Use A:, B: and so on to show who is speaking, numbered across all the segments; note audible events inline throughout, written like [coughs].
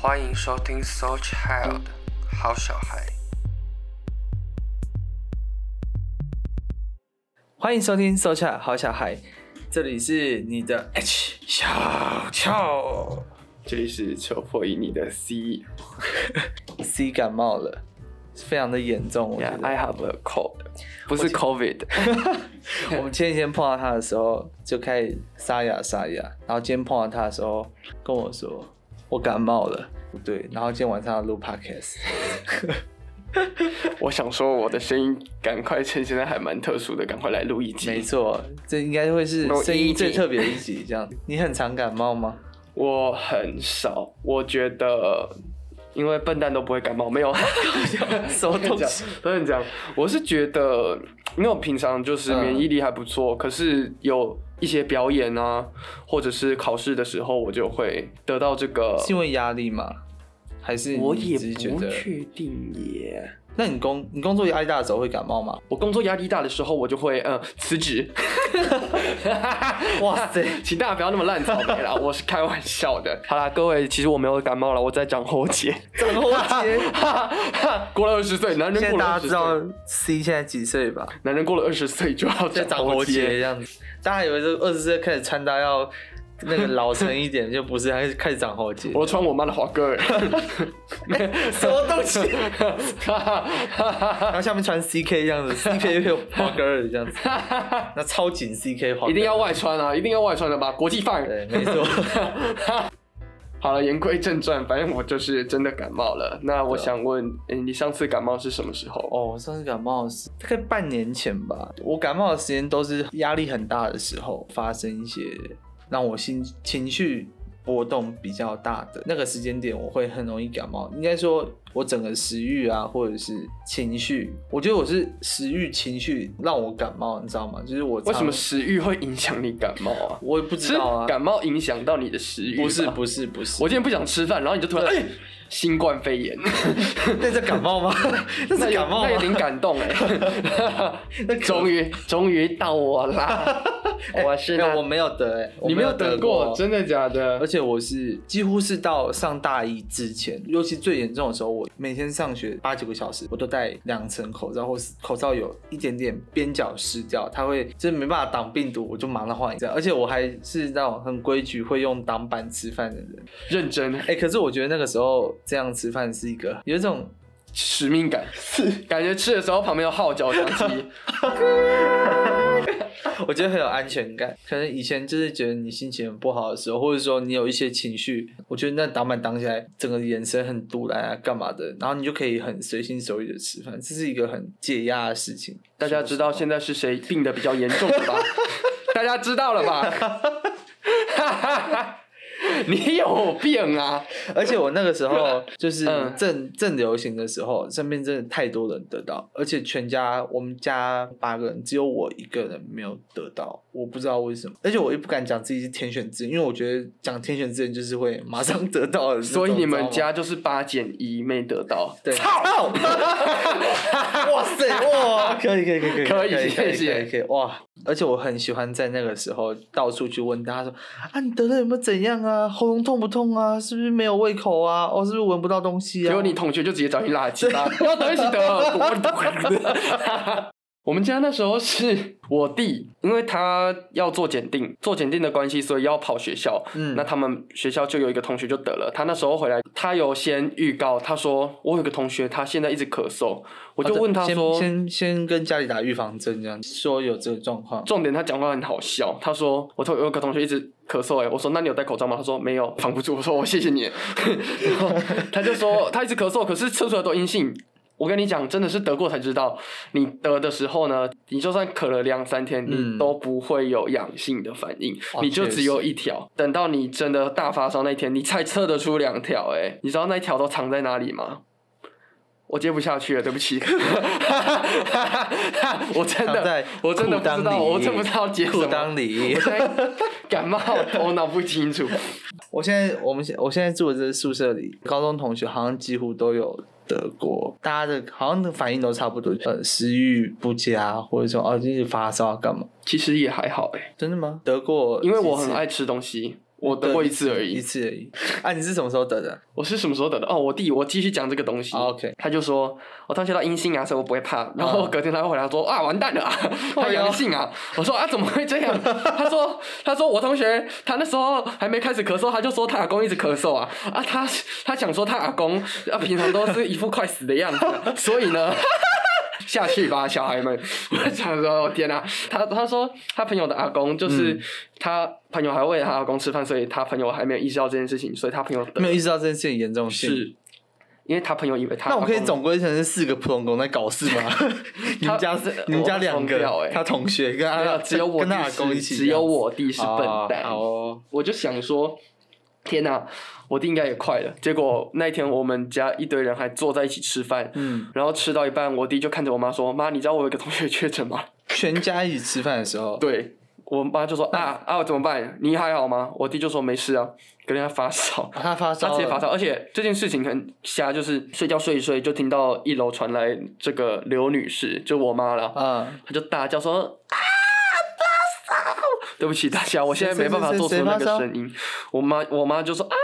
A: 欢迎收听《So Child》好小孩。
B: 欢迎收听《收起来好小孩》，这里是你的 H 小俏
C: 这是求破以你的 C。
B: C 感冒了，非常的严重。我觉
C: Yeah,
B: 得
C: I have a cold，不是 [laughs] COVID。
B: 我们前几天碰到他的时候就开始沙哑沙哑，然后今天碰到他的时候跟我说我感冒了，对，然后今天晚上要录
C: [laughs]
B: podcast，
C: 我想说我的声音，赶快趁现在还蛮特殊的，赶快来录一集。
B: 没错，这应该会是
C: 录一集
B: 声音最特别的一集。这样，你很常感冒
C: [laughs]
B: 吗？
C: 我很少，我觉得，因为笨蛋都不会感冒， [laughs] 没有。
B: 什么东
C: 这样
B: 西？，
C: 不能讲。我是觉得，因为我平常就是
B: 嗯
C: 免疫力还不错，可是有一些表演啊，或者是考试的时候，我就会得到这个。
B: [laughs] 是因为压力吗？还是
C: 我
B: 你
C: 也
B: 只是觉
C: 不
B: 得？
C: 确定耶。
B: 那你工你工作压力大的时候会感冒吗？
C: 我工作压力大的时候，我就会呃辞职。
B: [laughs] 哇塞！
C: [laughs] 请大家不要那么烂草
B: [laughs]
C: 莓啦，我是开玩笑的。好啦，各位，其实我没有感冒了，我在长喉结。
B: 长喉结
C: 哈哈 [laughs] 过了二十岁，男人
B: 现在
C: 过了
B: 大家
C: 二
B: 知
C: 十岁，
B: 道 C 现在几岁吧？
C: 男人过了二十岁就要
B: 在长喉结这
C: 结。
B: 样子，大家以为这二十岁开始穿搭要那个老成一点，就 [laughs] 不是，还是开始长喉结。
C: 我都穿我妈的华哥 [laughs] 哎，
B: [laughs] 什么东西？ [laughs]
C: 哈哈哈哈哈
B: 然后下面穿 CK 这样子，CK 又花格尔这样子，
C: [laughs]
B: 那超紧 CK 花，
C: 一定要外穿啊，一定要外穿的吧，国际范儿。
B: 对，没错。
C: 好了，言归正传，反正我就是真的感冒了。那我
B: 对啊
C: 想问，诶你上次感冒是什么时候？
B: 哦，我上次感冒是大概半年前吧。我感冒的时间都是压力很大的时候，发生一些让我心情绪波动比较大的那个时间点，我会很容易感冒。应该说，我整个食欲啊，或者是情绪，我觉得我是食欲、情绪让我感冒，你知道吗？就是我
C: 为什么
B: 常
C: 食欲会影响你感冒啊？
B: 我也不知
C: 是
B: 道啊。
C: 感冒影响到你的食欲？
B: 不是
C: 是。
B: 不是不是，
C: 我今天不想吃饭，然后你就突然哎、新冠肺炎，
B: 那是感冒吗？ [laughs] 那
C: 那
B: [laughs] 是
C: 有
B: 感冒吗
C: 那
B: [laughs]
C: 有？点感动哎、终于终于到我
B: [laughs]
C: 啦，我是
B: 哎没
C: 那
B: 有我没有得、欸，我
C: 啊你没有得过，
B: 过
C: 真的假的
B: 而？且我是几乎是到上大一之前，尤其最严重的时候，我每天上学八九个小时，我都戴两层口罩，或是口罩有一点点边角湿掉，它会就是没办法挡病毒，我就马上换一张。而且我还是那种很规矩会用挡板吃饭的人。
C: 认真
B: 哎、可是我觉得那个时候这样吃饭是一个有一种
C: 使命感，感觉吃的时候旁边有号角
B: [laughs]
C: 响起，
B: 我觉得很有安全感。可能以前就是觉得你心情很不好的时候，或者说你有一些情绪，我觉得那挡板挡起来，整个眼神很突然啊，干嘛的，然后你就可以很随心所欲的吃饭，这是一个很解压的事情。
C: 大家知道现在是谁病得比较严重
B: [laughs]
C: 了吧？大家知道了吧？ [laughs] 你有病啊！
B: 而且我那个时
C: [laughs]
B: 候就是
C: 嗯
B: 正正流行的时候，身边真的太多人得到，而且全家我们家八个人，只有我一个人没有得到，我不知道为什么。而且我也不敢讲自己是天选之人，因为我觉得讲天选之人就是会马上 [laughs] 得到的那种，
C: 所以你
B: 知道
C: 们
B: 吗
C: 家就是八减一没得到，
B: 对，
C: [laughs]
B: 操！哇塞，哇，可以可以可以
C: 可以
B: 可以可以
C: 谢谢
B: 可以可以哇！而且我很喜欢在那个时候到处去问大家说啊，你得了有没有怎样啊？喉咙痛不痛啊？是不是没有胃口啊？哦，是不是闻不到东西啊？
C: 结果你同学就直接找你垃圾啦，要得一起得。 [laughs] 我们家那时候是我弟，因为他要做检定，做检定的关系，所以要跑学校。
B: 嗯
C: 那他们学校就有一个同学就得了，他那时候回来，他有先预告，他说我有个同学他现在一直咳嗽，我就问他
B: 哦啊先
C: 说，
B: 先先跟家里打预防针，这样说有这个状况。
C: 重点他讲话很好笑，他说我同有个同学一直咳嗽、欸，哎，我说那你有戴口罩吗？他说没有，防不住。我说我谢谢你， [laughs] 然后他就说他一直咳嗽，可是测出来都阴性。我跟你讲，真的是得过才知道，你得的时候呢，你就算咳了两三天，
B: 嗯
C: 你都不会有阳性的反应，
B: 哦
C: 你就只
B: 确
C: 有一条。等到你真的大发烧那天，你才测得出两条。哎，你知道那一条都藏在哪里吗？我接不下去了，对不起。 [laughs] 我真
B: 藏在
C: 的，我真的
B: 裤
C: 不
B: 裆
C: 知道，
B: 里
C: 我真不知道接什
B: 裤
C: 么。
B: 裆里
C: [laughs] 我，现在感冒，头脑不清楚。
B: 我现在我们现我现在住的这个宿舍里，高中同学好像几乎都有德国，大家的好像反应都差不多，呃，食欲不佳，或者说哦，就是发烧干嘛？
C: 其实也还好哎，
B: 真的吗？得过几次？
C: 因为我很爱吃东西，我得过一次而
B: 一
C: 已。
B: 次而已。啊，你是什么时候得的？
C: 我是什么时候得的？哦，我弟，我继续讲这个东西。
B: 啊，OK
C: 他就说我当学到阴性啊，所以我不会怕。然后
B: 嗯
C: 隔天他会回来说啊，完
B: [laughs]
C: 蛋了、啊，他
B: 哎呦
C: 阳性啊。我说啊，怎么会这样？他说他说我同学他那时候还没开始咳嗽，他就说他阿公一直咳嗽啊啊，他他想说他阿公啊平常都是一副快死的样子，啊所以呢。下去吧，小孩们！ [laughs] 我想说，我天哪、他他说他朋友的阿公就是、
B: 嗯
C: 他朋友还喂他阿公吃饭，所以他朋友还没有意识到这件事情，所以他朋友得
B: 没有意识到这件事情的严重性。
C: 是，因为他朋友以为他
B: 那我可以
C: 阿公
B: 总归成是四个普通工在搞事吗？ [laughs] 你们家是你们家两
C: 我疯掉
B: 个
C: 欸，
B: 他同学跟
C: 没有
B: 他
C: 只有我
B: 啊跟他
C: 弟
B: 阿
C: 是
B: 公一起，
C: 只有我弟是笨
B: 哦
C: 蛋。
B: 好哦，
C: 我就想说，天哪、我弟应该也快了。结果那一天我们家一堆人还坐在一起吃饭，
B: 嗯，
C: 然后吃到一半，我弟就看着我妈说：“妈，你知道我有一个同学确诊吗
B: 全家一起吃饭的时候？”，
C: 对。我妈就说啊
B: 嗯
C: 啊怎么办？你还好吗？我弟就说没事啊，可能他
B: [laughs]
C: 发烧，
B: 他发烧
C: 他
B: 了，
C: 直接发烧，而且这件事情很瞎，就是睡觉睡一睡就听到一楼传来这个刘女士，就我妈了，
B: 啊！
C: 他就大叫说：“啊，发烧！”对不起大家，我现在没办法
B: 谁谁
C: 做出
B: 谁
C: 那
B: 发
C: 个
B: 烧
C: 声音。我妈，我妈就说：“啊，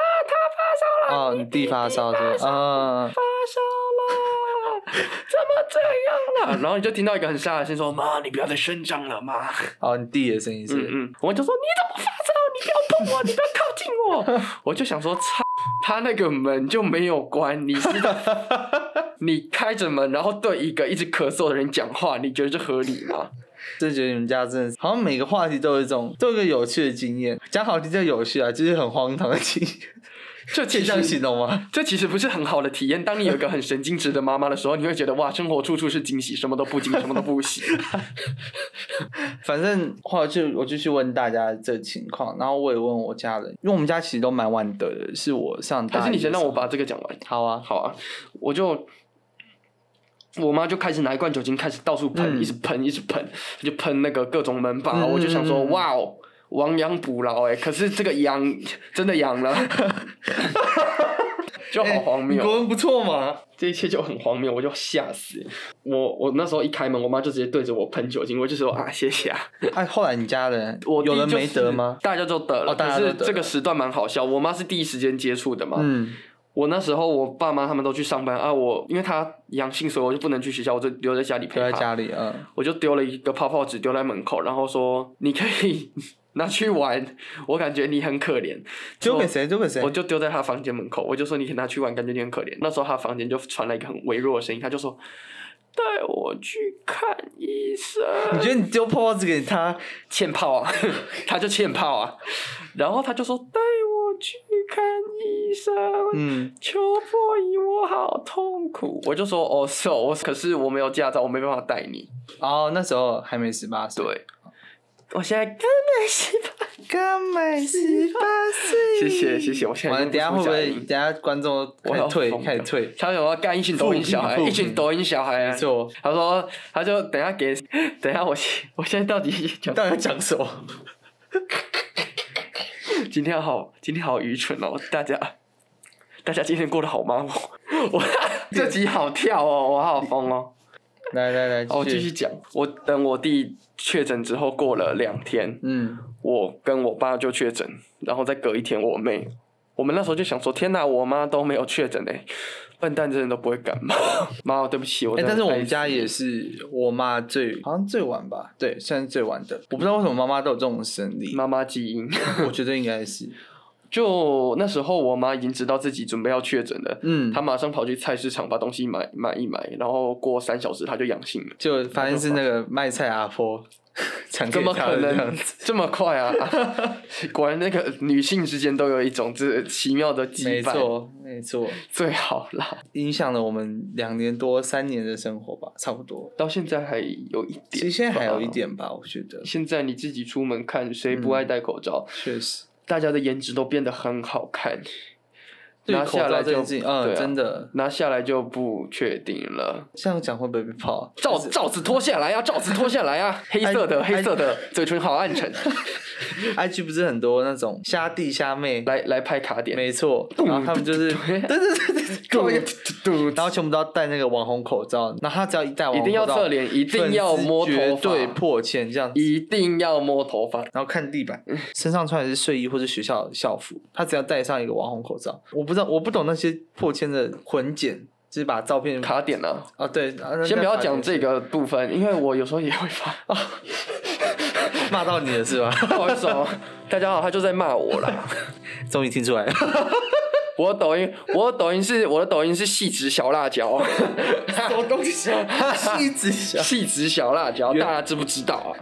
C: 他
B: 哦，你弟发烧是吧？啊，
C: 发烧啦，怎么这样啦？”啊 [laughs] 然后你就听到一个很吓的声音说：“妈，你不要再声张了，妈。
B: 哦，你弟的声音”
C: 嗯
B: 是，
C: 嗯，我就说：“你怎么发烧？你不要碰我， [laughs] 你不要靠近我。”我就想说，操，他那个门就没有关，你
B: [laughs]
C: 知道，你开着门，然后对一个一直咳嗽的人讲话，你觉得这合理吗？
B: 就觉得你们家真的是好像每个话题都有一种都有一个有趣的经验，讲好听叫有趣啊，就是很荒唐的经验，
C: 这
B: 可
C: 其
B: 以
C: 实
B: 这样形容吗？
C: 这其实不是很好的体验。当你有一个很神经质的妈妈的时候，你会觉得哇，生活处处是惊喜，什么都不惊，什么都不
B: [laughs]
C: 喜。
B: [laughs] 反正后来就我就去问大家这情况，然后我也问我家人，因为我们家其实都蛮晚得的，是我上大
C: 还是你
B: 一
C: 先
B: 的
C: 让
B: 时
C: 我
B: 候
C: 把这个讲完。
B: 好啊，
C: 好啊，我就我妈就开始拿一罐酒精，开始到处喷，
B: 嗯
C: 一直喷，一直喷，就喷那个各种门把。
B: 嗯
C: 我就想说，
B: 嗯嗯
C: 哇哦。亡羊补牢哎，可是这个羊 [laughs] 真的羊了，就好荒
B: 哎你
C: 谬。
B: 国文不错 [laughs] 嘛，
C: 这一切就很荒谬，我就吓死。我我那时候一开门，我妈就直接对着我喷酒精，我就说啊，谢谢啊。
B: 哎，后来你家人
C: 我弟
B: 有人
C: 就
B: 没
C: 是
B: 得吗？
C: 大家都得了，
B: 哦大家
C: 但
B: 都
C: 是
B: 得了
C: 这个时段蛮好笑。我妈是第一时间接触的嘛，
B: 嗯，
C: 我那时候我爸妈他们都去上班啊，我因为她阳性，所以我就不能去学校，我就留在家里陪
B: 留在
C: 她。
B: 家里，嗯，
C: [laughs] 我就丢了一个泡泡纸丢在门口，然后说你可以 [laughs] 拿去玩，我感觉你很可怜。
B: 丢给谁？丢给谁
C: 我？就丢在他房间门口，我就说你可以拿去玩，感觉你很可怜。那时候他房间就传来一个很微弱的声音，他就说带我去看医生。
B: 你觉得你丢泡泡纸给他，
C: 欠炮啊， [laughs] 他就欠炮啊。然后他就说带我去看医生，
B: 嗯，
C: 求破译我好痛苦。我就说哦是哦，我可是我没有驾照，我没办法带你。
B: 哦，那时候还没十八岁，，
C: 对，我现在根本是吧？
B: 刚满十八
C: 谢
B: 岁
C: 谢谢谢，我现在
B: 完了，等一下
C: 用
B: 会不
C: 不出假
B: 会
C: 音
B: 等一下观众都
C: 我
B: 开
C: 要
B: 始退
C: 疯
B: 开始
C: 掉
B: 退？
C: 他想要干一群抖音小孩，
B: 复辟复
C: 一
B: 辟
C: 群抖音小孩、啊
B: 没。错，
C: 他说，他就等一下给， [laughs] 等一下我现我现在到底讲
B: 到底要讲什么？
C: 今天好，今天好愚蠢哦，大 [laughs] 家，大家今天过得好吗？我我 [laughs] 这集好跳哦，我好疯 [laughs] 哦。
B: 来来来，
C: 好，我哦继续，讲。我等我弟确诊之后，过了两天，
B: 嗯，
C: 我跟我爸就确诊，然后再隔一天我妹。我们那时候就想说，天哪，我妈都没有确诊哎，笨蛋真的都不会感冒。 [laughs] 妈，对不起，欸我
B: 哎、
C: 真的
B: 但是我
C: 太
B: 们家也是我妈最好像最晚吧，对，算是最晚的。我不知道为什么妈妈都有这种生理，
C: 妈妈基因。 [laughs]
B: 我觉得应该是，
C: 就那时候，我妈已经知道自己准备要确诊了，
B: 嗯，
C: 她马上跑去菜市场把东西买买一买，然后过三小时她就阳性了。
B: 就发现是那个卖菜阿婆传
C: 怎
B: 给
C: 么
B: 她
C: 可
B: 的这
C: 能
B: 样子。
C: 这么快啊？ [laughs] 果然那个女性之间都有一种这奇妙的羁
B: 没，
C: 绊。
B: 错，没错，
C: 最好啦，
B: 影响了我们两年多、三年的生活吧，差不多。
C: 到现在还有一点，
B: 其实现在还有一。点嗯吧，我觉得
C: 现在你自己出门看，谁不爱戴口罩？
B: 确实
C: 大家的颜值都变得很好看，
B: 对
C: 拿
B: 口
C: 下
B: 罩
C: 来
B: 这
C: 就
B: 件事情，嗯，
C: 对啊
B: 真的
C: 拿下来就不确定了。
B: 这样讲会不会被泡啊？ [laughs]
C: 罩罩子脱下来呀、啊，罩子脱下来呀、啊，黑色的
B: 哎
C: 黑色的，嘴唇好暗沉。
B: IG 不是很多那种虾弟虾妹，
C: 来来拍卡点，
B: 没错，然后他们就是，对对对对
C: 嘟
B: 对，
C: 嘟
B: 然后全部都要戴那个网红口罩，然后他只要一戴网
C: 一
B: 红
C: 定
B: 口
C: 要
B: 罩
C: 侧，脸，一定要摸
B: 粉丝
C: 头
B: 绝对
C: 发，
B: 破千这样子。
C: 一定要摸头发。
B: 然后看地
C: [laughs]
B: 板，身上穿的是睡衣或者学校的校服，他只要戴上一个网红口罩。我不知道，我不懂那些破千的混剪，就是把照片
C: 卡点啊，
B: 啊，对，啊
C: 先不要讲这，个部分，因为我有时候也
B: [laughs]
C: 会发。
B: 那骂到你了是吧？
C: 不好意思哦，大家好，他就在骂
B: [laughs]
C: 我啦。
B: 终于听出来了，
C: 我的抖音，我的抖音是我的抖音是细直小辣椒，
B: [laughs] 什么东西啊？细子小
C: 细直小辣椒，
B: 原
C: 大家知不知道啊？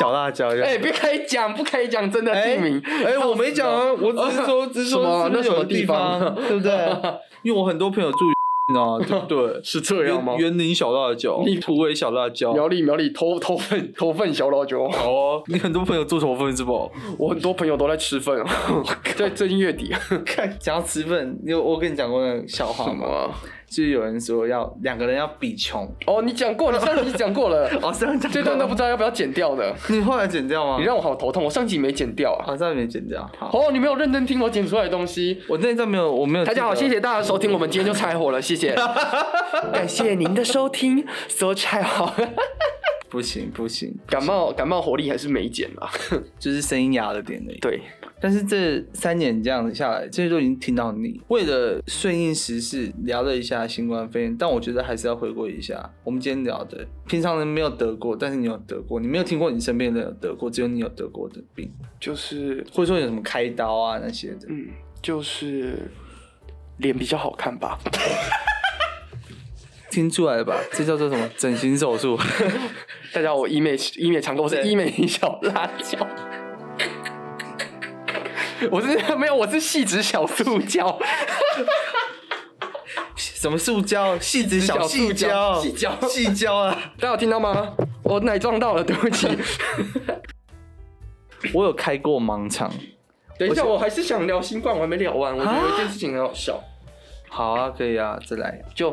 B: 小辣椒这样，
C: 哎、不可以讲，不可以讲真的地名。
B: 哎、我没讲啊，我只是 [laughs] 说，只是
C: 什么
B: 说是不是
C: 那什么
B: 有个地
C: 地方
B: 对不对？ [laughs] 因为我很多朋友住 [laughs] 你知道吗？对不 [laughs] 对？
C: 是这样吗
B: 园？园林小辣椒
C: 你，
B: 土味小辣椒。
C: 苗栗苗栗头头份头份小辣椒，
B: 好哦， [laughs] 你很多朋友做什么分是不？
C: 我很多朋友都在吃饭哦，在最近月
B: [laughs]
C: 底啊
B: [laughs] 看，讲到吃饭，你有我跟你讲过那个笑话 [laughs]
C: 什么
B: 吗？
C: 啊？
B: 就是有人说要两个人要比穷，
C: 哦，你讲过了，上集讲过了，
B: [laughs] 哦，这样讲
C: 这段都不知道要不要剪掉的，
B: 你后来剪掉吗？
C: 你让我好头痛，我上集没剪掉啊。
B: 啊，这样没剪掉。好，
C: 哦，你没有认真听我剪出来的东西。
B: 我那一段没有，我没有。
C: 大家好，谢。谢大家的收听，我们今天就拆火了，谢谢，感谢您的收听，都拆好，
B: 不行不行，
C: 感冒感冒火力还是没减啊，
B: 就是声音哑了点而已。
C: 对，
B: 但是这三年这样下来，这都已经听到你为了顺应时事聊了一下新冠肺炎，但我觉得还是要回顾一下我们今天聊的。平常人没有得过，但是你有得过，你没有听过你身边的人有得过，只有你有得过的病，
C: 就是
B: 或者说有什么开刀啊那些的。
C: 嗯，就是脸比较好看吧，
B: 听出来了吧？这叫做什么？整形手术？
C: 大家好我医美医美常购是
B: 对
C: 医美小辣椒。 [laughs] 我是没有，我是细指小塑胶，
B: [laughs] 什么塑胶？细子
C: 小
B: 小
C: 塑
B: 细
C: 胶
B: 胶？
C: 细胶
B: 细胶啊！
C: 大家有听到吗？我奶撞到了，对不
B: [laughs]
C: 起。
B: 我有开过盲肠。
C: 等一下，我还是想聊新冠，我还没聊完。我觉
B: 啊
C: 得有一件事情很好笑，
B: 好啊，可以啊，再来。
C: 就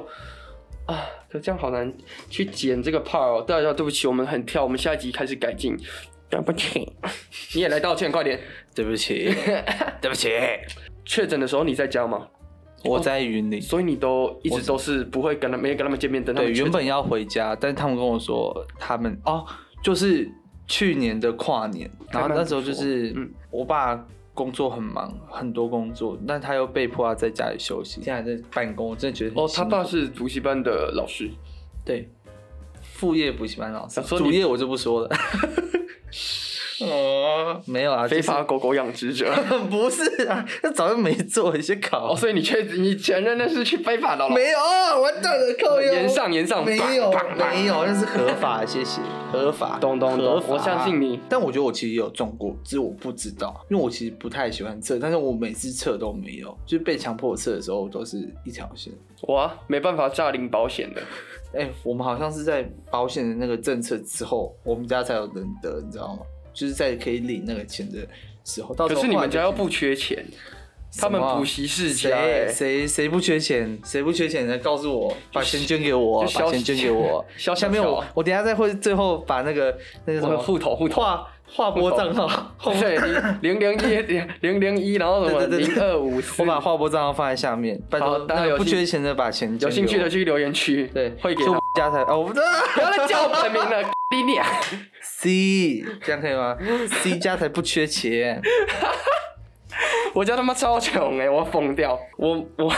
C: 啊，可这样好难去剪这个 part 哦。大家对不起，我们很跳，我们下一集开始改进。对不
B: [laughs]
C: 起，你也来道歉，快点。
B: 对不起，对不起，
C: 确诊的时候你在家吗？
B: 我在云里。
C: 所以你都一直都是不会跟他没跟他们见面，等他
B: 对，
C: 们确
B: 原
C: 诊
B: 本要回家，但是他们跟我说他们哦，就是去年的跨年，然后那时候就是
C: 还蛮不错嗯
B: 我爸工作很忙，很多工作，但他又被迫要在家里休息，现在还在办公，我真的觉得很
C: 哦，他
B: 辛
C: 爸
B: 苦
C: 是补习班的老师，
B: 对副业补习班老师，
C: 想说你
B: 主业我就不说了。 [laughs] 哦，没有啊，
C: 非
B: 就是
C: 法狗狗养殖者。
B: [laughs] 不是啊，那早就没做一些考
C: 哦，，所以你确你承认那是去非法的了？
B: 没有啊，完蛋了，靠腰
C: 延上延上，
B: 没
C: 棒
B: 有
C: 棒棒
B: 没有，那是合法，谢
C: [laughs]
B: 谢，合法，
C: 懂懂懂
B: 合法
C: 我相信你
B: 但我觉得我其实也有中过，只是我不知道，因为我其实不太喜欢测，但是我每次测都没有，就是被强迫测的时候都是一条线。
C: 我啊没办法诈领保险的，
B: 哎、我们好像是在保险的那个政策之后，我们家才有人得，你知道吗？就是在可以领那个钱的时候，到时
C: 可
B: 候
C: 是你
B: 后来
C: 们
B: 就
C: 家又不缺钱，他们
B: 什么
C: 补习世家、
B: 谁
C: 欸，
B: 谁谁不缺钱，谁不缺钱的，告诉我，把钱捐给我，
C: 就
B: 把
C: 消
B: 钱捐给我。
C: [laughs] 消
B: 下面
C: 小小
B: 我我等一下再会最后把那个那个什
C: 我
B: 么
C: 们户头户头，
B: 划划拨账号，后面
C: [laughs] 对，零零一零零一，然后什么
B: 对对
C: 零
B: 对
C: 二五四，
B: [laughs] 我把划拨账号放在下面，拜
C: 好
B: 托
C: 大家
B: 那个
C: 有
B: 不
C: 兴
B: 缺钱的把钱捐给
C: 有兴趣的
B: 我
C: 去留言区，
B: 对
C: 会给
B: 说
C: 他
B: 我。家才哦，我不知道
C: [laughs] 不要再叫我本名了， [laughs] 你俩
B: [laughs] C 这样可以吗？C 家才不缺
C: [laughs]
B: 钱，
C: 我家他妈超穷哎、我疯掉。我我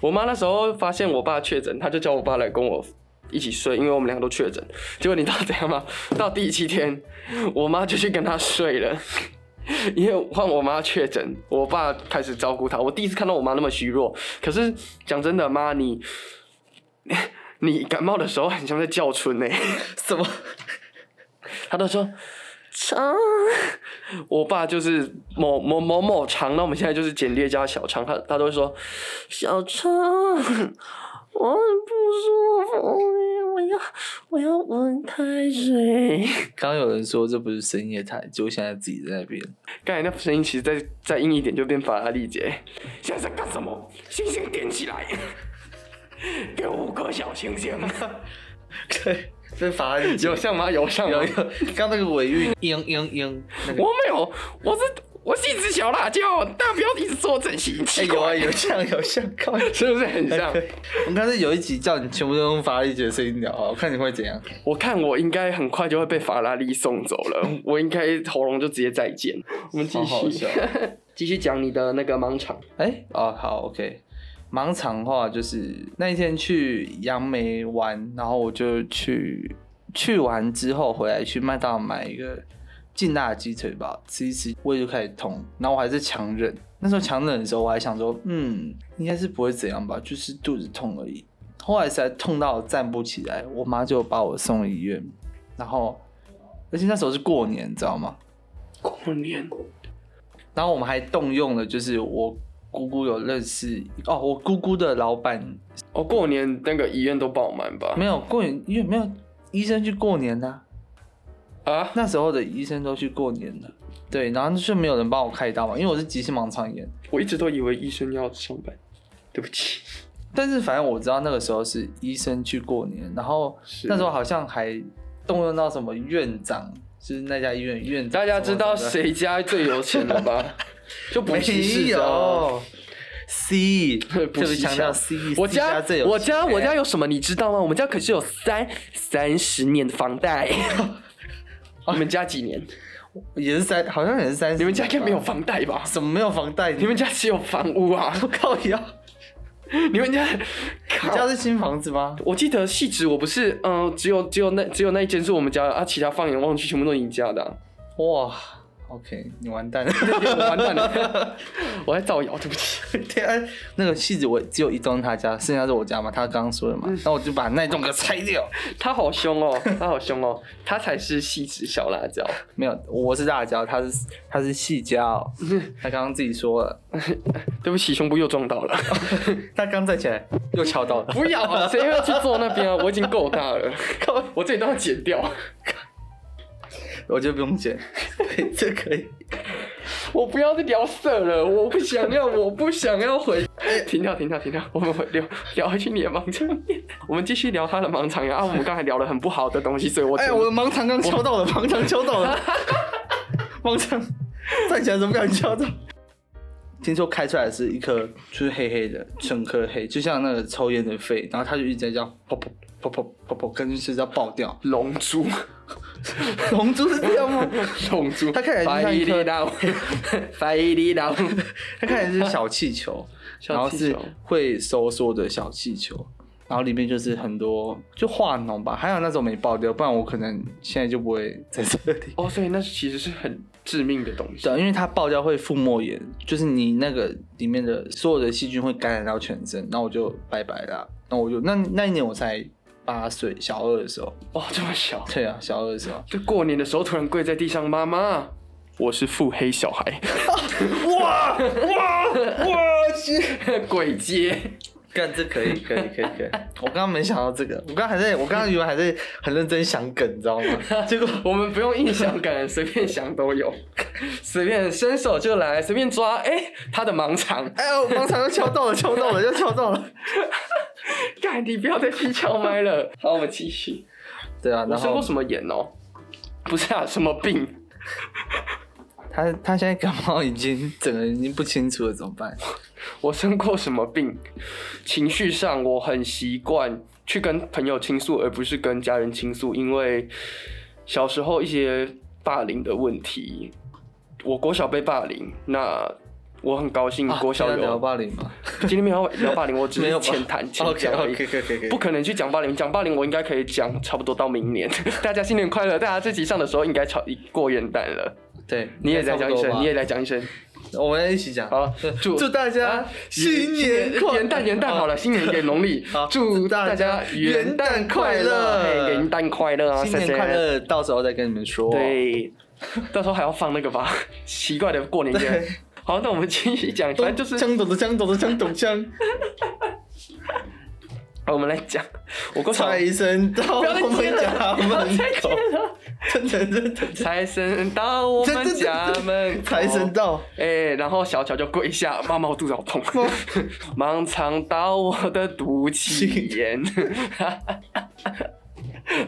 C: 我妈那时候发现我爸确诊，她就叫我爸来跟我一起睡，因为我们两个都确诊。结果你知道怎样吗？到第七天，我妈就去跟他睡了。 [laughs] 因为换我妈确诊，我爸开始照顾她。我第一次看到我妈那么虚弱。可是讲真的，妈你 [laughs] 你感冒的时候很像在叫春欸呢、
B: 什么？
C: 他都说长，我爸就是某某某某长，那我们现在就是简略加小长，他他都会说小长，我很不舒服，我要我要闻开水。
B: 刚刚有人说这不是深夜台，结果现在自己在那
C: [laughs]
B: 边。
C: [laughs] 刚才那声音其实再再硬一点就变法拉利姐，现在在干什么？星星点起来，给我五颗小星星。
B: 对，被法拉利
C: 有像吗？有像吗？
B: 有有，刚那个尾韵，嘤嘤嘤，那个
C: 我没有，我是我是一只小辣椒，大家不要一直说我整形，
B: 哎、
C: 奇
B: 有啊
C: 怪，
B: 有像有像，靠！
C: [laughs] 是不是很像？
B: 我刚才有一集叫你全部都用法拉利姐的声音聊啊，我看你会怎样。
C: 我看我应该很快就会被法拉利送走了，
B: [laughs]
C: 我应该喉咙就直接再见。我们继
B: 好好
C: 续
B: 笑
C: 继续讲你的那个盲场，
B: 哎、哦，好，OK。盲场的话，就是那一天去杨梅玩，然后我就去去完之后回来去麦当劳买一个劲辣的鸡腿堡吃一吃，胃就开始痛，然后我还是强忍。那时候强忍的时候，我还想说，嗯，应该是不会怎样吧，就是肚子痛而已。后来实在痛到站不起来，我妈就把我送医院，然后而且那时候是过年，你知道吗？
C: 过年
B: 然后我们还动用了，就是我姑姑有认识哦，我姑姑的老板
C: 哦，过年那个医院都爆满吧？
B: 没有过年，因为没有医生去过年呐、
C: 啊，
B: 那时候的医生都去过年了，对，然后就没有人帮我开刀嘛，因为我是急性盲肠炎。
C: 我一直都以为医生要上班，对不起。
B: 但是反正我知道那个时候是医生去过年，然后
C: 是
B: 那时候好像还动用到什么院长，就是那家医院院长
C: 大
B: 什么什么的，
C: 家知道谁家最有钱
B: [laughs]
C: 了吧？就补习
B: 没
C: 室啊。
B: 有 C，特
C: 补
B: 别
C: 习
B: 强
C: 校
B: 调 C，
C: 我
B: C
C: 家
B: 最有
C: 我家
B: 钱哎
C: 我家有什么你知道吗？我们家可是有三三十年的房
B: [laughs]
C: 贷。你们家几年？
B: 也是三，好像也是三。
C: 你们家应该没有？房贷吧？
B: 怎么没有房贷？
C: 你们家只有房屋啊！
B: [laughs] 我靠腰！
C: 你们家，
B: 你
C: 靠
B: 家是新房子吗？
C: 我记得细致，我不是，嗯、只有只有那只有那一间是我们家的啊，其他放眼望去全部都是你家的、啊，
B: 哇，OK，你完蛋了！
C: 我完蛋
B: [laughs]
C: 了，我在造谣，对不起。 [laughs]
B: 天啊，那个戏子我只有一栋他家，剩下是我家嘛，他刚刚说的嘛，
C: 嗯
B: 那我就把那栋给拆掉。
C: 他好凶哦，他好凶哦，他才是细致小辣椒。
B: 没有，我是辣椒，他是他是细椒，
C: 嗯
B: 他刚刚自己说了，
C: 对不起，胸部又撞
B: [laughs]
C: 到了。
B: 他刚站起来又敲到了。
C: 不要啊！谁要去坐那边啊？我已经够大了，我这里都要剪掉。
B: 我觉得不用
C: [laughs]
B: 剪，对这可以。
C: 我不要再聊色了，我不想要，我不想
B: [laughs]
C: 要回。
B: 哎
C: 停掉，停掉，停掉！我们回聊聊回去你的盲肠炎，我们继续聊他的盲肠炎啊！我们刚才聊了很不好的东西，所以我
B: [laughs] 哎、我的盲肠刚敲到了，盲肠敲到 [laughs] 了，盲肠站起来怎么敢敲到？听说开出来是一颗就是黑黑的，整颗黑，就像那个抽烟的肺，然后它就一直在这样噗噗噗噗噗噗，跟就是要爆 [laughs] 掉。
C: 龙珠，
B: 龙珠是这样吗？
C: 龙珠，
B: 它看起来就像一颗
C: 刀，白
B: [laughs]
C: 里刀，
B: [laughs] 它看起来是小气球，然
C: 小
B: 后
C: 气
B: 是
C: 球
B: 会收缩的小气球，然后里面就是很多就化脓吧，还有那种没爆掉，不然我可能现在就不会在这里。
C: 哦，所以那其实是很致命的东西。
B: 对，因为它爆掉会腹膜炎，就是你那个里面的所有的细菌会感染到全身，那我就拜拜啦。那我就那那一年我才八岁，小二的时候，
C: 哦，这么小，
B: 对啊，小二的时候，
C: 就过年的时候突然跪在地上，妈妈，我是腹黑小孩， [laughs]
B: 哇哇哇！去，
C: [laughs] 鬼街。
B: 干这可以可以可以可以， [laughs] 我刚刚没想到这个，我刚刚还在我刚刚以为还在很认真想梗，你知道吗？结果
C: [laughs] 我们不用印象感，随便想都有， [laughs] 随便伸手就来，随便抓，哎、他的盲肠，
B: [laughs]
C: [laughs]
B: 哎呦，盲肠又敲到了，敲到了，又敲到了。
C: 干，你不要再踢荞
B: [laughs]
C: 麦了。好，我们继续。
B: [laughs] 对啊，
C: 我
B: 然
C: 生
B: 后
C: 过什么炎哦、不是啊，什么病？
B: 他他现在感冒已经整个人已经不清楚了，怎么办？
C: 我生过什么病？情绪上我很习惯去跟朋友倾诉，而不是跟家人倾诉，因为小时候一些霸凌的问题，我国小被霸凌，那我很高兴，国小
B: 要聊
C: 有
B: 霸凌吗？
C: 今天没有聊霸凌，我只
B: 没有
C: 是
B: 吧
C: 浅谈浅
B: OK
C: 讲而
B: OK
C: 已。
B: OK OK，
C: 不可能去讲霸凌，讲霸凌我应该可以讲差不多到明年。 [laughs] 大家新年快乐！大家这集上的时候应该超过元旦了。
B: 对，
C: 你也来讲一声，你也来讲一声。
B: 我们一起讲。
C: 好，祝
B: 祝大家
C: 啊
B: 新年快
C: 元旦元旦好了，新年给农历
B: 好，
C: 祝大家元旦快乐，嘿元
B: 元
C: 旦快乐啊！
B: 新年
C: 谢谢
B: 快！乐，到时候再跟你们说。，
C: 对，到时候还要放那个吧， [laughs] 奇怪的过年歌
B: 对。
C: 好，那我们继续讲，反正就是
B: 咚咚的锵咚的锵咚锵，
C: 好我们来讲，我过小
B: 财神到
C: 不要
B: 我
C: 再接
B: 们家
C: 了，不要
B: 门
C: 再接
B: 口，
C: 了。
B: 真的真的，
C: 财神到我们家门口，
B: 财神。到，
C: 哎、然后小乔就跪下，妈妈，我肚子好痛， [laughs] 盲肠到我的肚脐眼。 [laughs]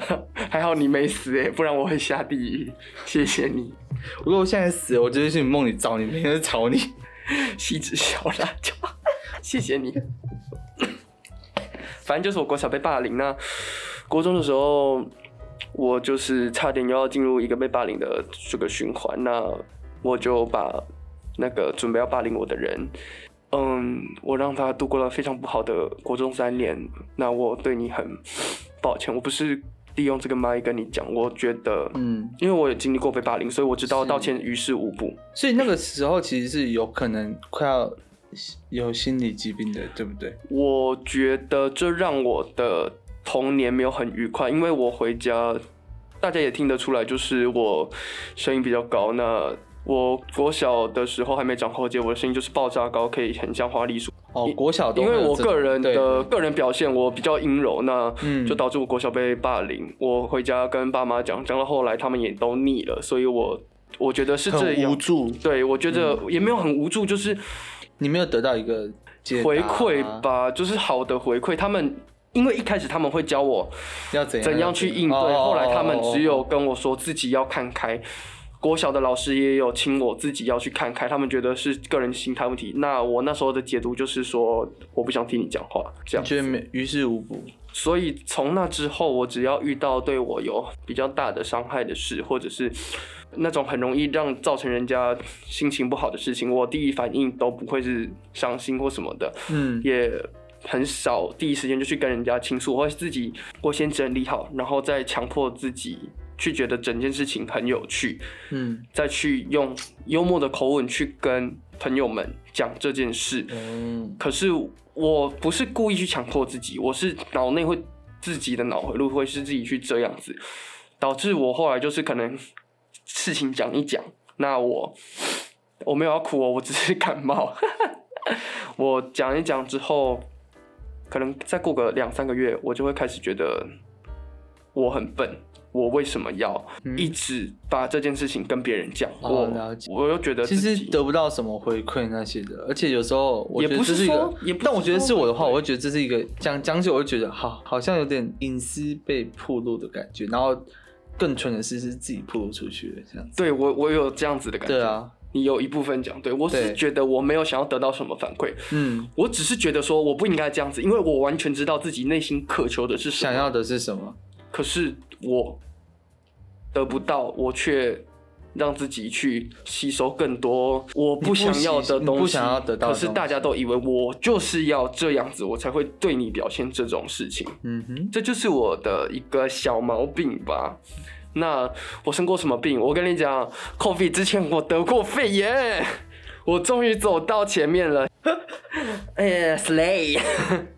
C: 还好你没死哎、不然我会下地狱。谢谢你，
B: 如果我现在死了，我直接去你梦里找你， [laughs] 每天都找你。
C: [laughs] 细致小辣椒，谢谢你。 [coughs] 反正就是我国小被霸凌，那国中的时候，我就是差点又要进入一个被霸凌的这个循环，那我就把那个准备要霸凌我的人，嗯，我让他度过了非常不好的国中三年，那我对你很抱歉，我不是利用这个麦跟你讲，我觉得，
B: 嗯，
C: 因为我也经历过被霸凌，所以我知道
B: 是
C: 道歉于事无补，
B: 所以那个时候其实是有可能快要有心理疾病的，对不对？
C: 我觉得这让我的童年没有很愉快，因为我回家，大家也听得出来，就是我声音比较高。那我国小的时候还没长喉结，我的声音就是爆炸高，可以很像花栗鼠。
B: 哦，国小都
C: 因为
B: 会有
C: 我
B: 这种
C: 个人
B: 对
C: 的个人表现，我比较阴柔，那
B: 嗯
C: 就导致我国小被霸凌。我回家跟爸妈讲，讲到后来他们也都腻了，所以我我觉得是这
B: 很
C: 样。
B: 无助，
C: 对，我觉得也没有很无助，就是
B: 你没有得到一个解答
C: 回馈，吧，就是好的回馈。他们因为一开始他们会教我
B: 要怎样
C: 怎样去应对，
B: 哦
C: 后来他们只有跟我说自己要看开。国小的老师也有请我自己要去看开，他们觉得是个人心态问题。那我那时候的解读就是说，我不想听你讲话，这
B: 你
C: 样。
B: 觉得没于事无补，
C: 所以从那之后，我只要遇到对我有比较大的伤害的事，或者是那种很容易让造成人家心情不好的事情，我第一反应都不会是伤心或什么的，
B: 嗯，
C: 也很少第一时间就去跟人家倾诉，我会自己我先整理好，然后再强迫自己去觉得整件事情很有趣，
B: 嗯
C: 再去用幽默的口吻去跟朋友们讲这件事。
B: 嗯，
C: 可是我不是故意去强迫自己，我是脑内会自己的脑回路会是自己去这样子，导致我后来就是可能事情讲一讲，那我 [laughs] 我没有要哭哦，我只是感冒。 [laughs] 我讲一讲之后，可能再过个两三个月，我就会开始觉得我很笨。我为什么要
B: 嗯
C: 一直把这件事情跟别人讲？
B: 哦了解
C: 我我又觉得
B: 其
C: 自
B: 实
C: 己
B: 得不到什么回馈那些的，而且有时候我觉得
C: 也不
B: 这
C: 是
B: 是一个
C: 说，也不是
B: 但我觉得是我的话，
C: 说
B: 我会觉得这是一个讲讲起，我会觉得好，好像有点隐私被暴露的感觉，然后更蠢的是是自己暴露出去的这样子，
C: 对我我有这样子的感觉。
B: 对啊，
C: 你有一部分讲对，我
B: 对
C: 是觉得我没有想要得到什么反馈，
B: 嗯，
C: 我只是觉得说我不应该这样子，因为我完全知道自己内心渴求的是什么，
B: 想要的是什么？
C: 可是我得不到，我却让自己去吸收更多我不想要的
B: 你不喜
C: 东西，
B: 你不想要得到的
C: 可是
B: 东西
C: 大家都以为我就是要这样子，我才会对你表现这种事情。
B: 嗯哼，
C: 这就是我的一个小毛病吧。那我生过什么病？我跟你讲，COVID 之前我得过肺炎，我终于走到前面了。哎呀，slay！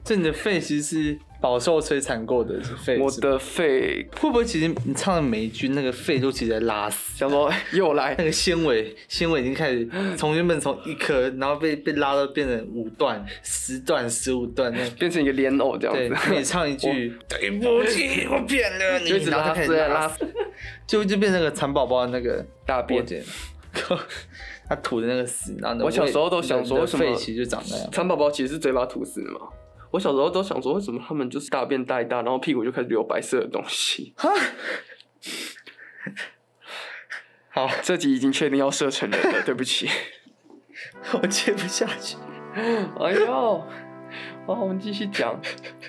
B: 这你的肺其实是饱受摧残过的肺，
C: 我
B: 是吧
C: 的肺
B: 会不会其实你唱的每一句那个肺都其实在拉丝？
C: 想说哎又来
B: 那，个纤维，纤维已经开始从原本从一颗，然后被被拉到变成五段、十段、十五段那样。
C: 变成一个莲藕这
B: 对，
C: 样子。
B: 每唱一句“对不起，我骗了你
C: 就一”，直
B: 然后
C: 拉
B: 就开始
C: 丝
B: 拉
C: 拉
B: 丝，就就变那个蚕宝宝的那个
C: 大便
B: 便， [laughs] 他吐的那个屎，然后呢
C: 我小时候都想说
B: 人
C: 为
B: 的
C: 什么
B: 肺其实就长那样。
C: 蚕宝宝其实是嘴巴吐丝的嘛。我小时候都想说，为什么他们就是大便大一大，然后屁股就开始流白色的东西？ [laughs]
B: 好， [laughs]
C: 这集已经确定要射成人了，对不起。
B: 我接不下去。
C: 哎呦，好，我们继续
B: [laughs]
C: 讲。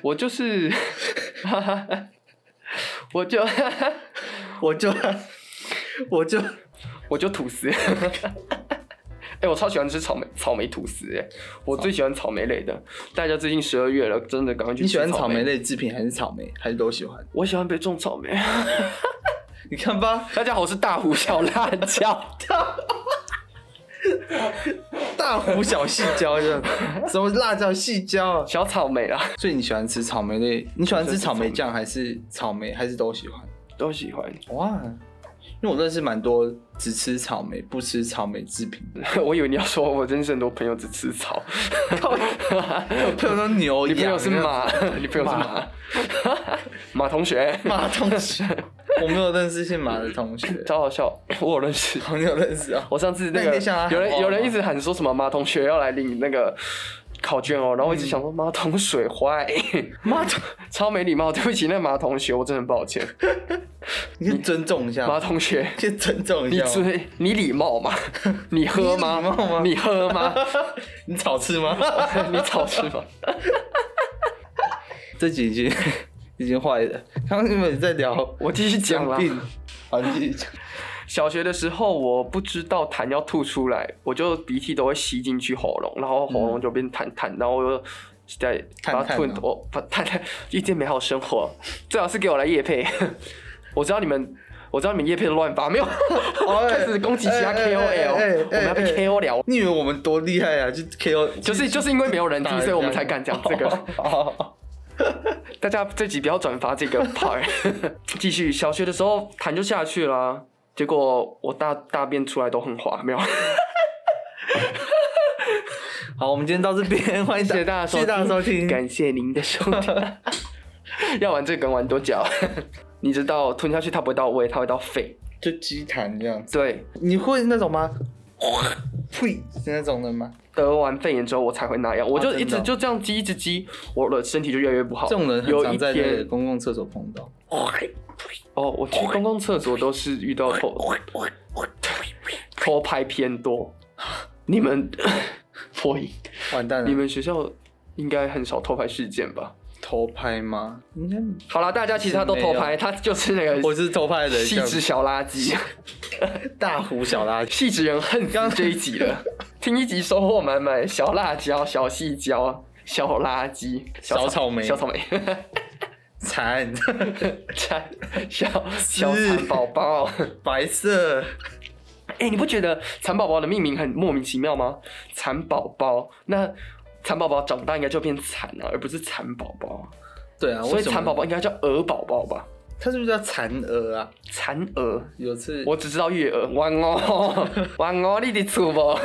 C: 我就是， [laughs] 哈哈哈，我就， [laughs] 哈哈，
B: 我就 [laughs] 我就
C: 我就吐
B: [laughs]
C: 司。哎、我超喜欢吃草莓草莓吐司，哎，我最喜欢草莓类的。大家最近十二月了，真的赶快去
B: 你喜
C: 吃
B: 欢草莓
C: 莓？
B: 类制品还是草莓，还是都喜欢？
C: 我喜欢被种草莓。 [laughs]
B: 你看吧，
C: 大家好，我是大胡小辣
B: [laughs]
C: 椒。
B: 大胡小细椒 [laughs] 这样，什么辣椒细椒，
C: 小草莓啦，
B: 所以你喜欢吃草莓类？你喜欢吃草莓酱还是草莓？还是都喜欢？
C: 都喜欢。 [laughs]
B: 哇，因为我认识蛮多只吃草莓不吃草莓制品的，
C: 我以为你要说，我认识很多朋友只吃草。 [laughs]
B: 我朋友都牛啊
C: 你
B: 一
C: 朋
B: 样。
C: 友是
B: [laughs]
C: 马，你朋友是马，马同学，
B: 马同学，我没有认识姓马的同 [laughs] 学，
C: 超好笑。我有认识，
B: 朋友认识啊。
C: 我上次
B: 那
C: 那
B: 你
C: 个
B: 得向他喊
C: 有
B: 话
C: 人有人
B: 吗
C: 一直喊说什么马同学要来领那个考卷哦，然后
B: 嗯
C: 我一直想说马桶水坏， [laughs] 马桶超没礼貌，对不起那马桶学，我真的很抱歉，
B: [laughs] 你先尊重一下，
C: 马同学。
B: 先尊重一
C: 你
B: 下。
C: 追你礼貌
B: [laughs]
C: 吗？你喝吗？
B: 你礼貌吗
C: 你喝吗？ [laughs]
B: 你草吃吗？
C: 你早吃吗？
B: [laughs] 这集已经 [laughs] 已经坏了。刚刚你们在聊
C: [laughs] 我继续讲啦。
B: 病，好，你继续讲。
C: 小学的时候，我不知道痰要吐出来，我就鼻涕都会吸进去喉咙，然后喉咙就变痰痰，然后我就在把
B: 痰
C: 它吐
B: 痰哦，
C: 我把痰啊痰，一天美好生活，最好是给我来夜配。我知道你们，我知道你们夜配的乱发，没有 [laughs] 开始攻击其
B: 哎
C: 他
B: 哎哎
C: KOL，
B: 哎哎
C: 我们要被
B: 哎
C: KO 聊，
B: 你以为我们多厉害啊？就 KO
C: [laughs] 就是就是因为没有人听
B: 打，人
C: 所以我们才敢讲这
B: [laughs]
C: 个。
B: 哦
C: 大家这集不要转发这个 part。继 [laughs] 续，小学的时候痰就下去啦，结果我大大便出来都很滑，没有。
B: 好，我们今天到这 [laughs] 边，欢迎
C: 谢谢大家收
B: 谢谢大家收听。
C: 感谢您的收听。
B: [laughs]
C: 要玩这个梗玩多久？ [laughs] 你知道吞下去它不会到胃，它会到肺。
B: 就鸡痰这样子，
C: 对，
B: 你会那种吗？ [laughs] 呸，是那种的吗？
C: 得完肺炎之后我才会那样，我就一
B: 真的
C: 直
B: 哦
C: 就这样积一直积，我的身体就越来越不好。
B: 这种人很
C: 有一
B: 常在那个
C: 天
B: 公共厕所碰到。
C: 哦，我去公共厕所都是遇到偷偷拍偏多。你们 [laughs] 破音，
B: 完蛋了，
C: 你们学校应该很少偷拍事件吧？
B: 偷拍吗？应该，
C: 好啦，大家其实他都偷
B: 没
C: 拍，
B: 有
C: 他就是那个
B: 我是偷拍的人，
C: 哎细致小垃圾。
B: 大胡小垃圾。
C: 戏子人恨刚这一集 [laughs] 了，听一集收获满满，小辣椒、小细椒、小垃圾、
B: 小草莓
C: 小草莓， [laughs]
B: 惨， [laughs]
C: 馋小小蚕宝宝。
B: 白色，
C: 哎、你不觉得蚕宝宝的命名很莫名其妙吗？蚕宝宝，那蚕宝宝长大应该就变蚕了、而不是蚕宝宝。
B: 对啊，
C: 所以
B: 为什么
C: 蚕宝宝应该叫鹅宝宝吧？
B: 它是不是叫蚕蛾啊？
C: 蚕鹅，
B: 有次
C: 我只知道月鹅。玩哦， [laughs] 玩哦，你的厝不？？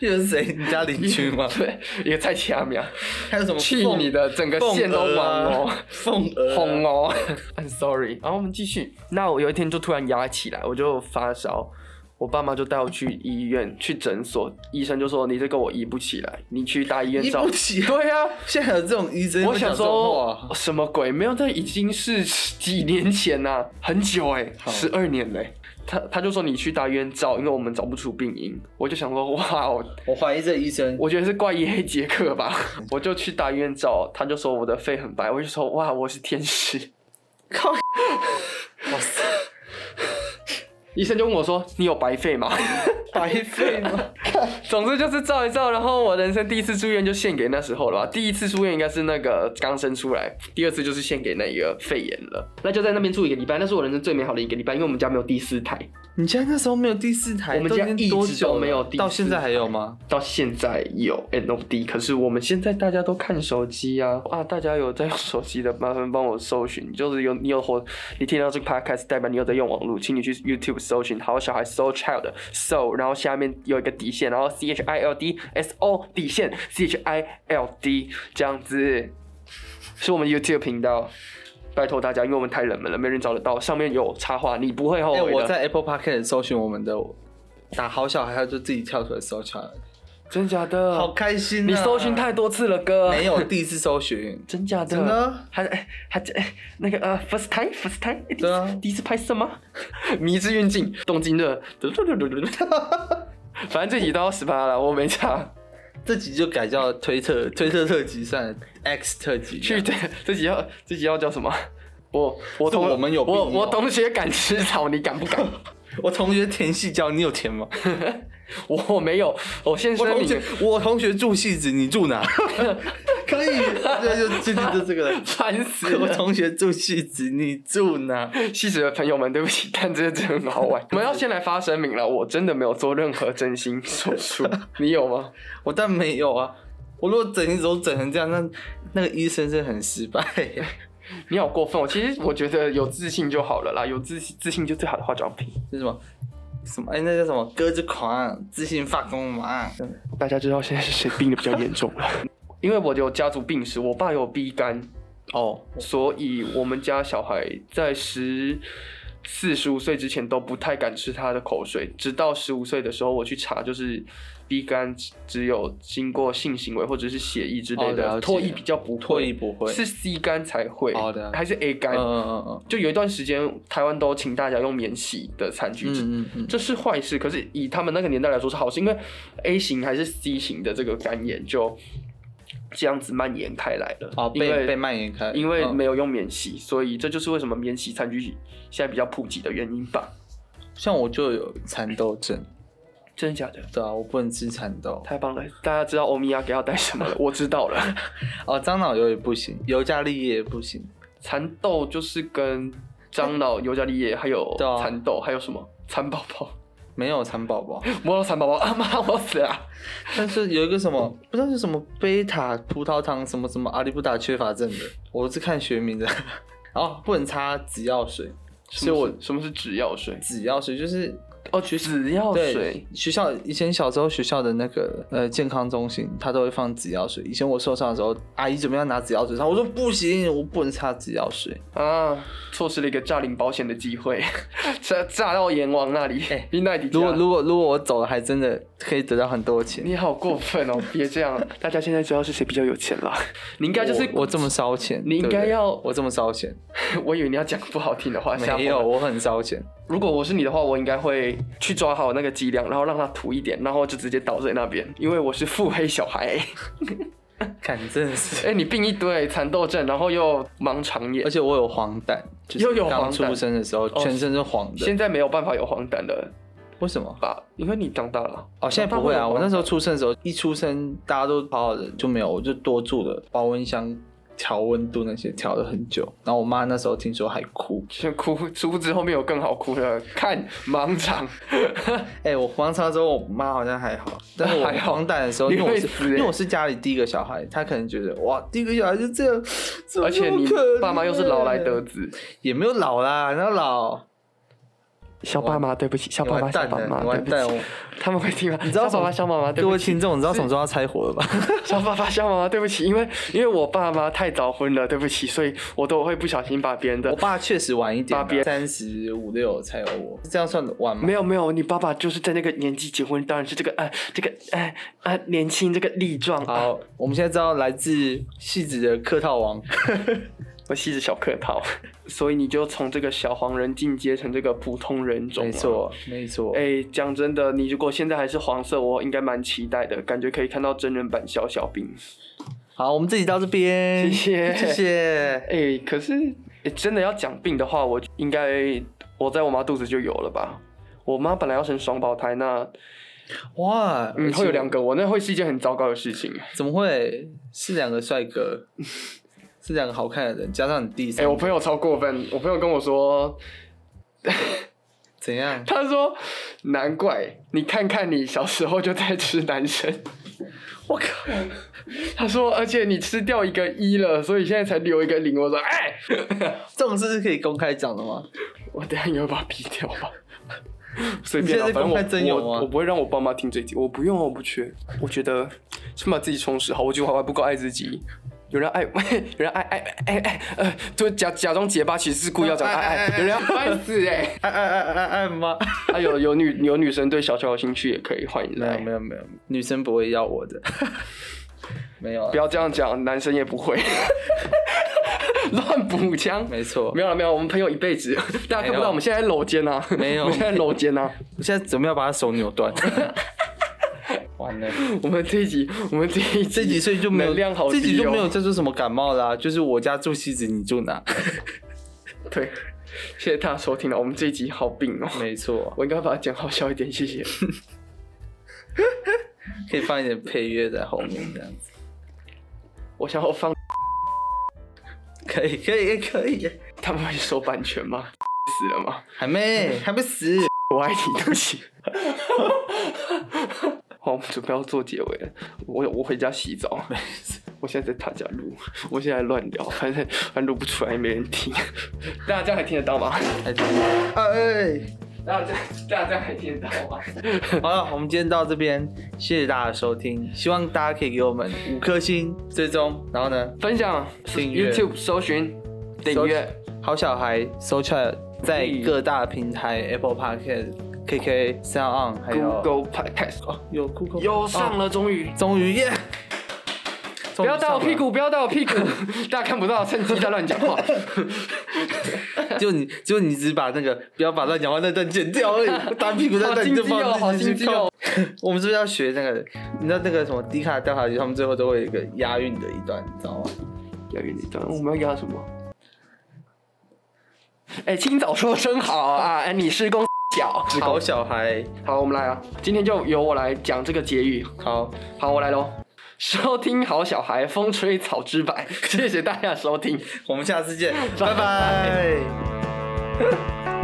B: 又是谁？你家邻居吗
C: [laughs] 对，也太巧妙。
B: [laughs] 还有什么
C: 去
B: 凤
C: 你的整个
B: 凤
C: 线都
B: 蛾
C: 完
B: 啊
C: 哦，
B: 凤
C: [laughs]
B: 鹅啊
C: 红哦，I'm sorry。然后我们继续。那我有一天就突然压起来，我就发烧，我爸妈就带我去医院，去诊所，医生就说你这个我医不起来，你去大医院
B: 医
C: 找
B: 不。起啊。
C: 对呀、
B: 现在还有这种医生，
C: 我想说
B: 哇，
C: 什么鬼？没有，这已经是几年前呐、很久哎、
B: 好
C: 十二年嘞、他他就说你去大医院找，因为我们找不出病因。我就想说，哇，我
B: 我怀疑这医生
C: 我觉得是怪异黑杰克吧。我就去大医院找，他就说我的肺很白，我就说哇，我是天使。
B: 靠，哇塞，
C: 医生就问我说：“你有白肺吗 [laughs]
B: 白费吗？？”
C: 总之就是照一照，然后我人生第一次住院就献给那时候了吧。啊第一次住院应该是那个刚生出来，第二次就是献给那个肺炎了。那就在那边住一个礼拜，那是我人生最美好的一个礼拜，因为我们家没有第四台，
B: 你家那时候没有第四台，
C: 我们家
B: 都已经多
C: 一直
B: 久
C: 都
B: 了
C: 没有第四台
B: 到现在还有吗？
C: 到现在有 NOD，可是我们现在大家都看手机啊啊！大家有在用手机的，麻烦帮我搜寻，就是有你有活，你听到这个 podcast 代表你有在用网络，请你去 YouTube 搜寻“好小孩 So Child So”，然后下面有一个底线，然后 C H I L D S O 底线 C H I L D 这样子，是我们 YouTube 频道。拜托大家，因为我们太冷门了，没人找得到。上面有插画，你不会后
B: 哎、
C: 哦悔的。
B: 我在 Apple Park 搜寻我们的打好小孩，他就自己跳出来搜出来，
C: 真假的？
B: 好开心、啊！
C: 嗯你搜寻太多次了，哥。
B: 没有第一次搜寻， [laughs]
C: 真假的？
B: 真的
C: 还还还那个呃，first time first time，哎第一次
B: 对啊
C: 第一次拍摄吗？ [laughs] 迷之运镜，东京 [laughs] 热，反正这集都要十八了，我没差。
B: 这集就改叫推特推特特辑算了 X 特辑，
C: 去这这集要这集要叫什么？我我同
B: 是我们有病
C: 我
B: 哦
C: 我同学敢吃草，你敢不
B: [laughs]
C: 敢？
B: 我同学填细胶，你有填吗？
C: 我没有，我先
B: [laughs] 我
C: 声
B: 同学
C: 明，
B: 我同学住戏子，你住哪？ [laughs] 可以，对，就就就就这个了。
C: 烦
B: [laughs]
C: 死
B: 我
C: 了。
B: 同学住戏子，你住哪？
C: [laughs] 细致的朋友们，对不起，但这真的很好
B: [laughs]
C: 玩。我们要先来发声明了，我真的没有做任何真心手
B: [laughs]
C: 术，你有吗？
B: 我但没有啊。我如果整一手整成这样，那那个医生是很失败。 [laughs]
C: 你好过分哦！其实我觉得有自信就好了啦，有自信自信就最好的化妆品。
B: 是什么什么？哎、那叫什么？哥之狂，自信发光芒。
C: 大家知道现在是谁病的比较严重了？因为我有家族病史，我爸有 B 肝，
B: 哦，
C: 所以我们家小孩在十四十五岁之前都不太敢吃它的口水，直到十五岁的时候我去查，就是逼干只有经过性行为或者是血液之类
B: 哦
C: 的，
B: 了解
C: 唾液比较不
B: 唾
C: 会，
B: 液不会
C: 是 C 肝才会，
B: 哦了解
C: 还是 A
B: 嗯
C: 肝？
B: 嗯嗯嗯
C: 就有一段时间台湾都请大家用免洗的餐具，
B: 嗯嗯嗯，
C: 这是坏事，可是以他们那个年代来说是好事，因为 A 型还是 C 型的这个肝炎就这样子蔓延开来了。
B: 哦
C: 因为
B: 被被蔓延开，
C: 因为
B: 嗯
C: 没有用免洗，所以这就是为什么免洗餐具现在比较普及的原因吧？
B: 像我就有蚕豆症，
C: 真的假的？
B: 对啊，我不能吃蚕豆。
C: 太棒了！大家知道欧米亚给要带
B: [laughs]
C: 什么了？我知道了，
B: 哦，樟脑油也不行，尤加利叶也不行，
C: 蚕豆就是跟樟脑、尤加利叶，还有
B: 对啊
C: 蚕豆，还有什么蚕宝宝？
B: 没有蚕宝宝。 [laughs]
C: 摸到蚕宝宝， [laughs] 啊妈，我要死了！
B: 但是有一个什么，不知道是什么贝塔葡萄糖什么什么阿里不达缺乏症的，我是看学名的。 [laughs] 哦，不能擦紫药水，所以我
C: 什么是什么是止药水？
B: 紫药水就是
C: 哦，止药水
B: 对。学校以前小时候学校的那个呃健康中心，它都会放紫药水。以前我受伤的时候，阿姨准备要拿紫药水，然后我说不行，我不能擦紫药水。
C: 啊，错失了一个诈领保险的机
B: [laughs]
C: 会，诈诈到阎王那里，
B: 哎
C: 比奈迪加
B: 如果如果如果我走了，还真的可以得到很多钱。
C: 你好过分
B: [laughs]
C: 哦！别这样，大家现在知道是谁比较有钱了。你应该就是
B: 我我这么烧钱，
C: 你应该
B: 对不对
C: 要啊
B: 我这么烧钱，
C: [laughs] 我以为你要讲不好听的话，吓
B: 没
C: 疯
B: 有，
C: 了。
B: 我很烧
C: [laughs]
B: 钱。
C: 如果我是你的话，我应该会去抓好那个剂量，然后让它吐一点，然后就直接倒在那边，因为我是腹黑小
B: [laughs]
C: 孩。
B: 看，真的
C: 哎、
B: 是，
C: 你病一堆，蚕豆症，然后又盲肠
B: [laughs]
C: 炎
B: 而，且我有黄疸，就是
C: 又有黄
B: 刚
C: 疸哦
B: 出生的时候全身是黄的，
C: 现在没有办法有黄疸了
B: 为什么？
C: 吧？因为你长大了。
B: 哦，现在不会啊！
C: 长大
B: 我那时候
C: 有黄疸
B: 出生的时候，一出生大家都好好的，就没有，我就多住了保温箱调温度那些调了很久。然后我妈那时候听说还哭，
C: 先 [laughs] 哭，殊不知后面有更好哭的，看
B: [laughs]
C: 盲肠。
B: 哎、我黄肠的时候，我妈好像还好，但是我
C: 还好
B: 黄疸的时候，
C: 你
B: 因为我
C: 会
B: 是
C: 死欸
B: 因为我是家里第一个小孩，她可能觉得哇，第一个小孩就这样，怎么
C: 而且
B: 这么
C: 你
B: 可
C: 爸妈又是老来
B: 怜
C: 得，子，
B: 也没有老啦，哪有老？
C: 小爸妈对不起，小
B: 你
C: 爸妈
B: 完
C: 小
B: 蛋
C: 爸
B: 了，
C: 妈
B: 你
C: 对
B: 完蛋！
C: 不起，
B: 我
C: [laughs] 他们会听吗？
B: 你知道什
C: 小爸
B: 么
C: 爸小妈妈对
B: 各
C: 不
B: 位
C: 起，
B: 听众，你知道什么
C: 是
B: 时候要拆火
C: [laughs]
B: 了吧？
C: 小爸爸小妈妈对不起，因为因为我爸妈太早婚了，对不起，所以我都会不小心把别人
B: 我
C: 的。
B: 爸确实晚一点
C: 爸别
B: 啊，三十五六才有我，这样算晚吗？
C: 没有没有，你爸爸就是在那个年纪结婚，当然是这个哎、这个哎啊、年轻这个力壮啊，
B: 好，我们现在知道来自戏子的客套王，
C: 我吸着小客套， [laughs] 所以你就从这个小黄人进阶成这个普通人种、
B: 没。错，没错。
C: 哎、讲真的，你如果现在还是黄色，我应该蛮期待的，感觉可以看到真人版小小兵。
B: 好，我们这集到这边，
C: 谢谢
B: 谢谢。
C: 哎、可是、欸、真的要讲病的话，我应该我在我妈肚子就有了吧？我妈本来要生双胞胎，那
B: 哇，
C: 嗯会有两个，我那会是一件很糟糕的事情。
B: 怎么会是两个帅
C: [laughs]
B: 哥，是两个好看的人，加上你弟，
C: 哎、我朋友超过分，我朋友跟我说，
B: 怎样？
C: 他说难怪你看看你小时候就在吃男生，
B: 我靠，
C: 他说而且你吃掉一个一了，所以现在才留一个零。我说哎、
B: 这种事是可以公开讲的吗？
C: 我等一下你会把它 [laughs] 逼
B: [laughs]
C: 掉吧。随
B: 你
C: 便啦，
B: 现在在
C: 反正
B: 公开征
C: 我
B: 友
C: 我
B: 吗
C: 我不会让我爸妈听这一集，我不用啊，我不缺。我觉得先把自己充实好，我觉得我还不够爱自己。有人爱， [laughs] 有人爱爱爱爱，呃，就假假装结巴，其实是故意要
B: 哎
C: 讲爱爱，有人要烦死哎、
B: 爱爱爱爱爱吗？
C: 啊，有有女有女生对小乔有兴趣也可以，欢迎
B: 没有
C: 来
B: 没。有没有，女生不会要我的， [laughs] 没有啊
C: 不，要这样讲，男生也不会 [laughs] 乱补枪。
B: 没错
C: 没。有了没有，我们朋友一辈子， [laughs] 大家看不到我们现在在搂肩啊，
B: 没有
C: 我们现在搂肩啊。
B: 我现在准备要把他手扭断，完了。
C: [laughs] 我们这一集，我们这一集
B: 这集所以就没有
C: 能量好低、
B: 这
C: 哦，
B: 集就没有叫做什么感冒啦、就是我家住西子，你住哪？ [laughs]
C: 对。谢谢大家收听了，我们这一集好病哦，
B: 没错，
C: 我应该把它讲好笑一点，谢 [laughs] 谢。
B: 可以放一点配乐在后面，这样子
C: 我想要放，
B: 可以，可以，可以。
C: 他们会收版权吗？ [laughs] 死了吗？
B: 还没，还没死。
C: 我爱你，对不起。 [laughs] 好，我们准备要做结尾了，我我回家洗
B: [laughs]
C: 澡。我现在在他家录，我现在乱聊，反正反正录不出来，没人
B: [laughs]
C: 听。大家这样还听得到吗？
B: 哎哎，
C: 大家这样大家这样还听得到吗？
B: 好了，我们今天到这边，谢谢大家的收听，希望大家可以给我们五颗星追踪，然后呢，
C: 分享
B: 订阅
C: YouTube 搜寻订阅
B: 好小孩 social 在各大平台 Apple Podcast、KK、Sound On，还有
C: Google Podcast
B: 哦，有 Google
C: 又上
B: 哦
C: 了，终于。
B: 终于耶！
C: [laughs] 不
B: 不
C: 要打我屁，股，不要打我屁股， [laughs] 大家看不到，趁机在乱讲话。 [laughs]
B: 就你就你只把那个不要把乱讲话那段剪掉而
C: [laughs]
B: 已，打屁股那
C: 好
B: 段你
C: 心
B: 就
C: 机哦，好
B: 放进
C: 心
B: 去
C: 机
B: 靠
C: 哦。
B: [laughs] 我们是不是要学那个？你知道那个什么迪卡调查局，他们最后都会有一个押韵的一段，你知道吗？
C: 要给你段，我们要给他什么？哎，清早说声好啊！ [laughs] 哎，你是公小，是
B: 好小孩，
C: 好，我们来啊！今天就由我来讲这个结语。
B: 好，
C: 好，我来喽。收听好小孩，风吹草之白， [laughs] 谢谢大家收听。
B: 我们下次见，
C: 拜
B: 拜拜